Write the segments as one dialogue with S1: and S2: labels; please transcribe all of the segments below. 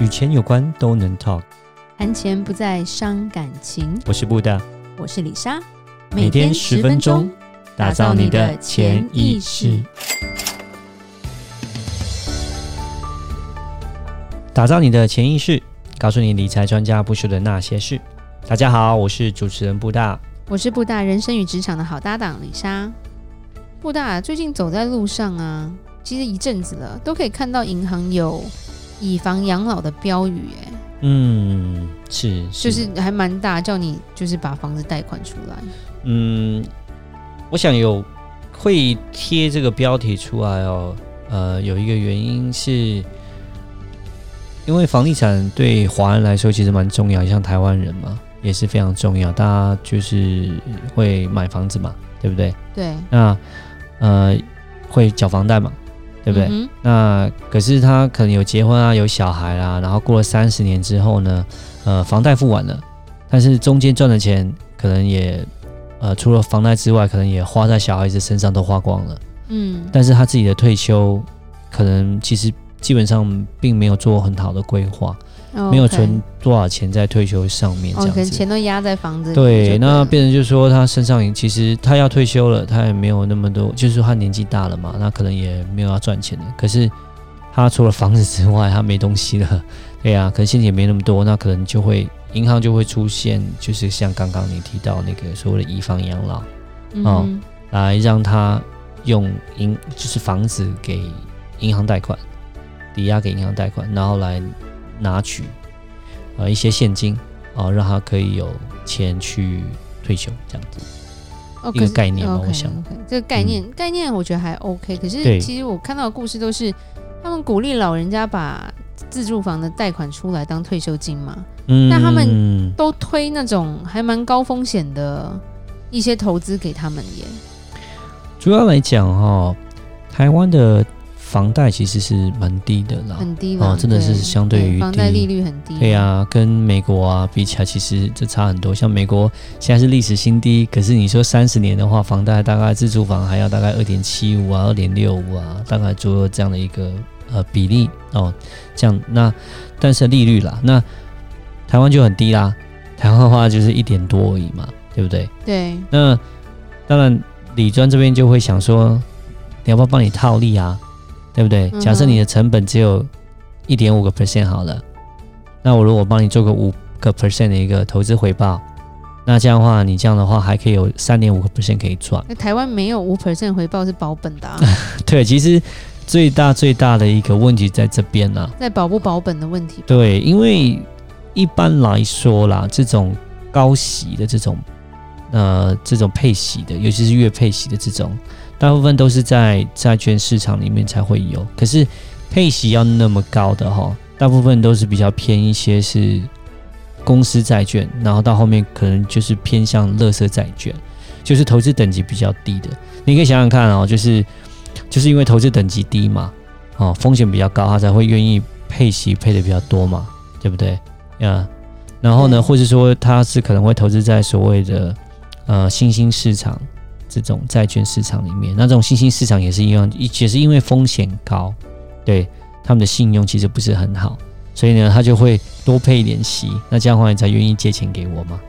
S1: 与钱有关都能 talk。
S2: 谈钱不再伤感情。
S1: 我是布大，
S2: 我是李莎，
S1: 每天十分钟，打造你的潜意识，打造你的潜意识，告诉你理财专家不说的那些事。大家好，我是主持人布大。
S2: 我是布大人生与职场的好搭档李莎。布大最近走在路上啊，其实一阵子了，都可以看到银行有“以房养老”的标语、哎，
S1: 嗯，是，
S2: 就是还蛮大，叫你就是把房子贷款出来。
S1: 嗯，我想有会贴这个标题出来哦。呃，有一个原因是，因为房地产对华人来说其实蛮重要，像台湾人嘛也是非常重要，大家就是会买房子嘛，对不对？
S2: 对，
S1: 那呃会缴房贷嘛，对不对？
S2: 嗯哼
S1: 那可是他可能有结婚啊，有小孩啦、然后过了三十年之后呢，呃，房贷付完了，但是中间赚的钱可能也，呃，除了房贷之外，可能也花在小孩子身上都花光了，
S2: 嗯，
S1: 但是他自己的退休，可能其实基本上并没有做很好的规划，没有存多少钱在退休上面这
S2: 哦哦，可
S1: 样
S2: 能
S1: 子。
S2: 钱都压在房子里就对
S1: 对，
S2: 了。
S1: 那变成就是说他身上其实他要退休了，他也没有那么多，就是说他年纪大了嘛，那可能也没有要啊赚钱了。可是他除了房子之外，他没东西了，对呀、可能现金也没那么多，那可能就会银行就会出现，就是像刚刚你提到那个所谓的以房养老，
S2: 嗯
S1: 哦
S2: 哼
S1: 来让他用银就是房子给银行贷款，抵押给银行贷款，然后来拿取呃一些现金啊、让他可以有钱去退休这样子。
S2: 哦
S1: 一个概念吧我想嗯
S2: o k 这个概念、概念我觉得还 OK，可是
S1: 对
S2: 其实我看到的故事都是他们鼓励老人家把自住房的贷款出来当退休金嘛，
S1: 嗯
S2: 那他们都推那种还蛮高风险的一些投资给他们耶。
S1: 主要来讲哈、台湾的房贷其实是蛮低的啦，
S2: 很低了、
S1: 哦真的是相对于
S2: 房贷
S1: 低
S2: 利率很低。
S1: 对呀、跟美国啊比起来，其实这差很多。像美国现在是历史新低，可是你说三十年的话，房贷大概自住房还要大概二点七五啊、二点六五啊，大概左右这样的一个呃比例哦。这样那但是利率啦，那台湾就很低啦。台湾的话就是一点多而已嘛，对不对？
S2: 对，
S1: 那当然，理专这边就会想说，你要不要帮你套利啊？对不对？
S2: 嗯
S1: 假设你的成本只有一点五个 percent 好了，那我如果帮你做个五个 percent 的一个投资回报，那这样的话，你这样的话还可以有三点五个 percent 可以赚。
S2: 那台湾没有五 percent 回报是保本的、啊，
S1: 对，其实最大最大的一个问题在这边啊呢、
S2: 在保不保本的问题。
S1: 对，因为一般来说啦，这种高息的这种，呃，这种配息的，尤其是月配息的这种，大部分都是在债券市场里面才会有。可是配息要那么高的哈，大部分都是比较偏一些是公司债券，然后到后面可能就是偏向垃圾债券，就是投资等级比较低的。你可以想想看哦，就是就是因为投资等级低嘛，哦，风险比较高，他才会愿意配息配的比较多嘛，对不对？呀、然后
S2: 对
S1: 呢，或者说他是可能会投资在所谓的呃新兴市场这种债券市场里面，那这种新兴市场也是一样，也是因为风险高，对他们的信用其实不是很好，所以呢，他就会多配一点息，那这样的话你才愿意借钱给我嘛。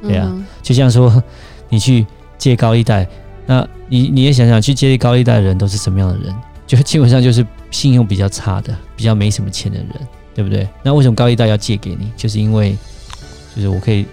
S1: 对啊
S2: 嗯哼
S1: 就像说你去借高利贷，那你你也想想去借高利贷的人都是什么样的人？就基本上就是信用比较差的，比较没什么钱的人，对不对？那为什么高利贷要借给你？就是因为就是我可以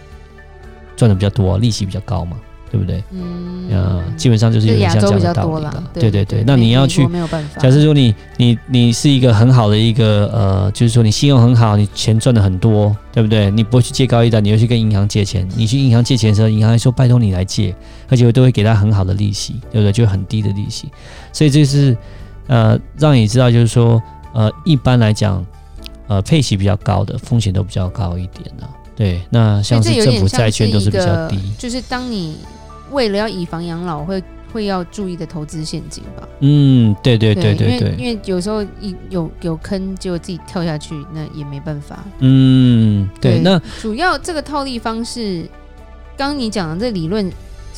S1: 赚的比较多，利息比较高嘛，对不对？
S2: 嗯，
S1: 呃，基本上就是有
S2: 就
S1: 点
S2: 亚
S1: 像这
S2: 洲
S1: 样
S2: 比
S1: 的
S2: 较
S1: 道
S2: 多
S1: 理吧
S2: 啦。。
S1: 对对对，那你
S2: 美
S1: 要
S2: 国
S1: 去
S2: 没有办法。
S1: 假设说你你你是一个很好的一个呃，就是说你信用很好，你钱赚的很多，对不对？你不会去借高利贷，你会去跟银行借钱。你去银行借钱的时候，银行还说拜托你来借，而且我都会给他很好的利息，对不对？就很低的利息。所以这是呃，让你知道就是说呃，一般来讲呃，配息比较高的风险都比较高一点啊。对，那
S2: 所
S1: 像
S2: 以这
S1: 是
S2: 有
S1: 政
S2: 点
S1: 府
S2: 像
S1: 债券都
S2: 是
S1: 是
S2: 一
S1: 比较
S2: 个
S1: 低，
S2: 就是当你为了要以房养老，会会要注意的投资陷阱吧？
S1: 嗯，对对对对
S2: 因为
S1: 对，
S2: 因为有时候一有有坑，结果自己跳下去，那也没办法。
S1: 嗯，对，
S2: 对
S1: 那
S2: 主要这个套利方式，刚刚你讲的这理论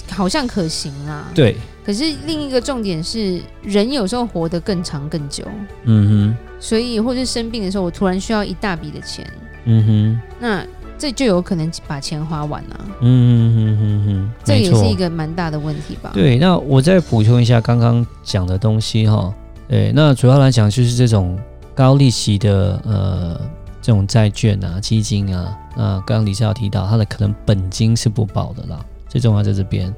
S2: 好像可行啦，
S1: 嗯对，
S2: 可是另一个重点是，人有时候活得更长更久，
S1: 嗯
S2: 所以或是生病的时候，我突然需要一大笔的钱，
S1: 哼，嗯哼，
S2: 那这就有可能把钱花完啊，
S1: 嗯哼哼哼哼，
S2: 这
S1: 没
S2: 也
S1: 错
S2: 是一个蛮大的问题吧？
S1: 对，那我再补充一下刚刚讲的东西哈。对，那主要来讲就是这种高利息的呃这种债券啊、基金啊，那刚刚李少提到它的可能本金是不保的啦，最重要在这边。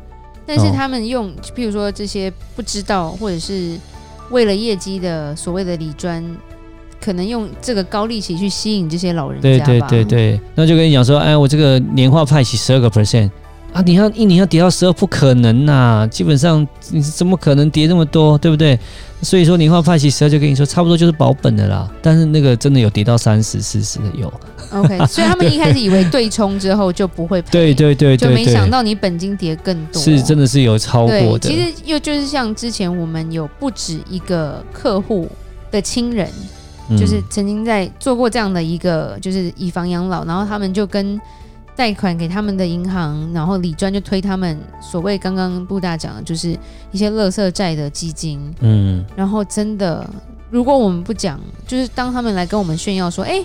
S2: 但是
S1: 哦
S2: 他们用，譬如说这些不知道或者是为了业绩的所谓的理专，可能用这个高利息去吸引这些老人
S1: 对
S2: 家吧。
S1: 对对对，那就跟你讲说，哎，我这个年化派息十二个 percent 啊，你要一年要跌到十二，不可能呐、基本上你怎么可能跌那么多，对不对？所以说年化派息十二就跟你说，差不多就是保本的啦。但是那个真的有跌到三十、四十的有，
S2: OK，所以他们一开始以为对冲之后就不会赔，
S1: 对对对对
S2: 就没
S1: 对，
S2: 想到你本金跌更多，
S1: 是真的是有超过
S2: 对，
S1: 的，
S2: 其实又就是像之前我们有不止一个客户的亲人，
S1: 嗯
S2: 就是曾经在做过这样的一个，就是以房养老，然后他们就跟贷款给他们的银行，然后理专就推他们所谓刚刚布大讲的，就是一些垃圾债的基金，
S1: 嗯
S2: 然后真的，如果我们不讲，就是当他们来跟我们炫耀说，哎、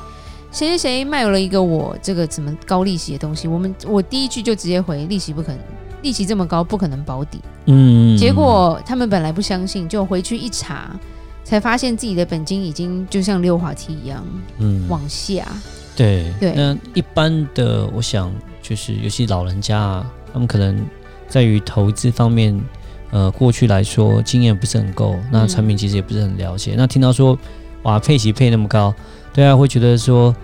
S2: 谁谁谁卖了一个我这个什么高利息的东西，我们我第一句就直接回利息不可能，利息这么高不可能保底。
S1: 嗯，
S2: 结果他们本来不相信，就回去一查，才发现自己的本金已经就像溜滑梯一样
S1: 嗯
S2: 往下。
S1: 对
S2: 对
S1: 那一般的，我想就是尤其老人家啊，他们可能在于投资方面，呃，过去来说经验不是很够，那
S2: 嗯
S1: 产品其实也不是很了解。那听到说哇配息配那么高，对啊，会觉得说，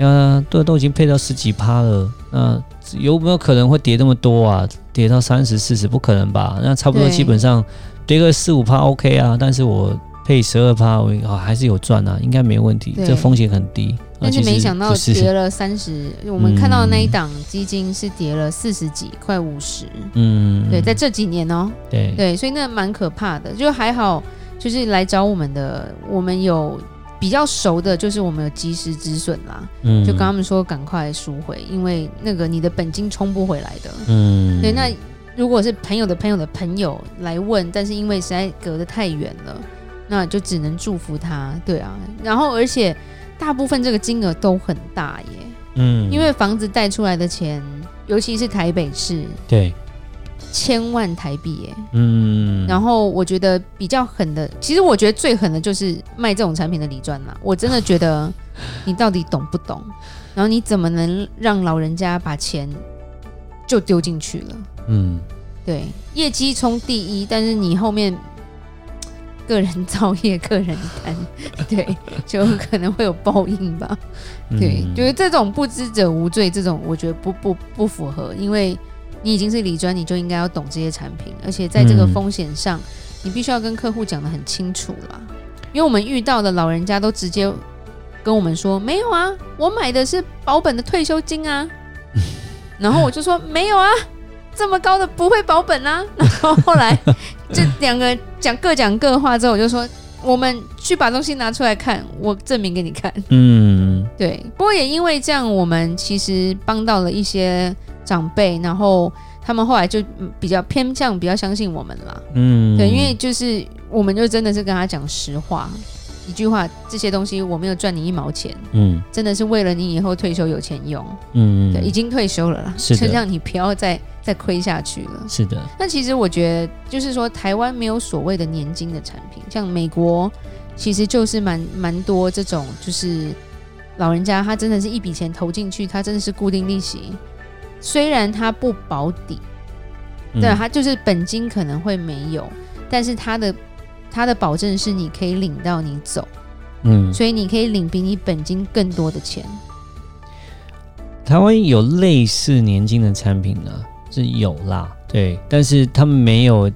S1: 啊，都都已经配到十几趴了，那有没有可能会跌那么多啊？跌到三十、四十，不可能吧？那差不多
S2: 对
S1: 基本上跌个四五趴 OK 啊，但是我配十二趴，我啊还是有赚啊，应该没问题，
S2: 对
S1: 这风险很低。
S2: 但是
S1: 啊其实
S2: 没想到
S1: 不是嗯
S2: 跌了三十，我们看到的那一档基金是跌了四十几，快五十。
S1: 嗯，
S2: 对，在这几年哦、
S1: 对
S2: 对，所以那蛮可怕的。就还好，就是来找我们的，我们有比较熟的，就是我们有及时止损啦，
S1: 嗯
S2: 就跟他们说赶快赎回，因为那个你的本金冲不回来的。
S1: 嗯
S2: 对，那如果是朋友的朋友的朋友来问，但是因为实在隔得太远了，那就只能祝福他。对啊，然后而且大部分这个金额都很大耶，
S1: 嗯
S2: 因为房子贷出来的钱，尤其是台北市，
S1: 对
S2: 千万台币耶。
S1: 嗯，
S2: 然后我觉得比较狠的，其实我觉得最狠的就是卖这种产品的李专啦。我真的觉得你到底懂不懂？然后你怎么能让老人家把钱就丢进去了？
S1: 嗯
S2: 对，业绩冲第一，但是你后面个人 造业、个人担，对，就可能会有报应吧。对，
S1: 嗯
S2: 就是这种不知者无罪，这种我觉得不不不符合，因为你已经是理专，你就应该要懂这些产品，而且在这个
S1: 嗯
S2: 风险上，你必须要跟客户讲的很清楚啦。因为我们遇到的老人家都直接跟我们说：“没有啊，我买的是保本的退休金 啊。”然后我就说：“没有啊，这么高的不会保本啊。” 然后后来这两个讲各讲各话之后，我就说：“我们去把东西拿出来看，我证明给你看。”
S1: 嗯
S2: 对，不过也因为这样，我们其实帮到了一些长辈，然后他们后来就嗯比较偏向比较相信我们啦。
S1: 嗯，
S2: 对，因为就是我们就真的是跟他讲实话，一句话，这些东西我没有赚你一毛钱，
S1: 嗯
S2: 真的是为了你以后退休有钱用。
S1: 嗯
S2: 对，已经退休了啦，
S1: 是的
S2: 就让你不要再 再亏下去了。
S1: 是的，
S2: 那其实我觉得，就是说台湾没有所谓的年金的产品，像美国其实就是蛮蛮多这种，就是老人家他真的是一笔钱投进去，他真的是固定利息，虽然他不保底，
S1: 嗯
S2: 对，他就是本金可能会没有，但是他的他的保证是你可以领到你走，
S1: 嗯，
S2: 所以你可以领比你本金更多的钱。
S1: 台湾有类似年金的产品啊，是有啦，对，但是他们没有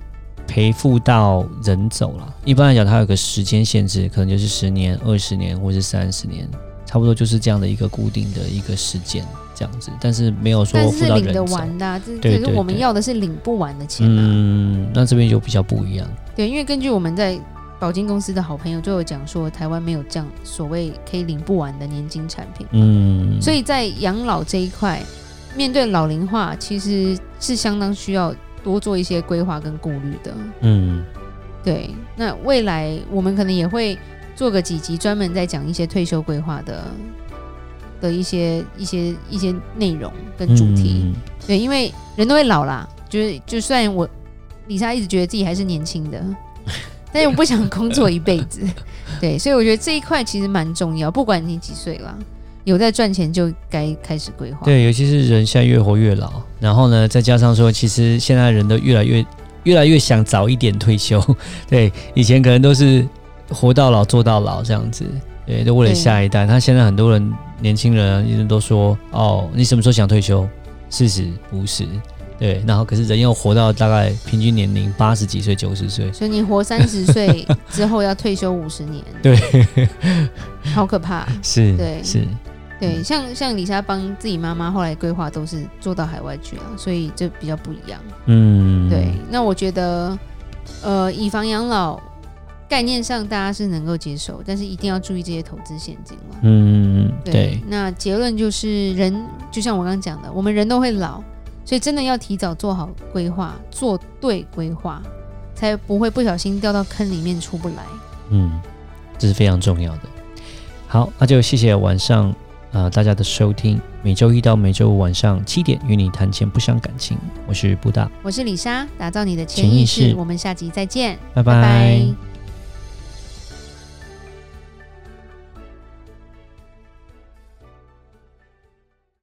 S1: 赔付到人走啦。一般来讲，它有个时间限制，可能就是十年、二十年或是三十年，差不多就是这样的一个固定的一个时间这样子，但是没有说
S2: 但是
S1: 付
S2: 是
S1: 到
S2: 领
S1: 人
S2: 得
S1: 走。
S2: 完的、啊，这
S1: 对
S2: 可是我
S1: 对
S2: 们
S1: 对
S2: 要的是领不完的钱啊。
S1: 嗯，那这边就比较不一样。
S2: 对，因为根据我们在保金公司的好朋友就有讲说，台湾没有这样所谓可以领不完的年金产品，
S1: 嗯，
S2: 所以在养老这一块，面对老龄化其实是相当需要多做一些规划跟顾虑的。
S1: 嗯，
S2: 对，那未来我们可能也会做个几集，专门在讲一些退休规划的的一些一些一些内容跟主题。
S1: 嗯
S2: 对，因为人都会老啦，就是就算我李莎一直觉得自己还是年轻 的，但是我不想工作一辈子。对，所以我觉得这一块其实蛮重要，不管你几岁啦，有在赚钱就该开始规划。
S1: 对，尤其是人现在越活越老，然后呢，再加上说，其实现在人都越来越越来越想早一点退休。 对，以前可能都是活到老做到老这样子，对，都为了
S2: 对
S1: 下一代。他现在很多人年轻人一直都说，哦，你什么时候想退休？四十五十，对，然后可是人又活到大概平均年龄八十几岁、九十岁，
S2: 所以你活三十岁之后要退休五十年，
S1: 对，
S2: 好可怕。
S1: 是，
S2: 对
S1: 是，嗯
S2: 对，像像李莎帮自己妈妈后来规划都是做到海外去了，所以这比较不一样。
S1: 嗯，
S2: 对，那我觉得，呃，以房养老概念上大家是能够接受，但是一定要注意这些投资陷阱了。
S1: 嗯，对，
S2: 那结论就是人，就像我刚刚讲的，我们人都会老，所以真的要提早做好规划，做对规划，才不会不小心掉到坑里面出不来。
S1: 嗯，这是非常重要的。好，那就谢谢晚上呃大家的收听，每周一到每周五晚上七点与你谈钱不伤感情，我是布大，
S2: 我是李莎，打造你的
S1: 潜
S2: 潜
S1: 意
S2: 意
S1: 识
S2: 识，我们下集再见，
S1: 拜拜
S2: 拜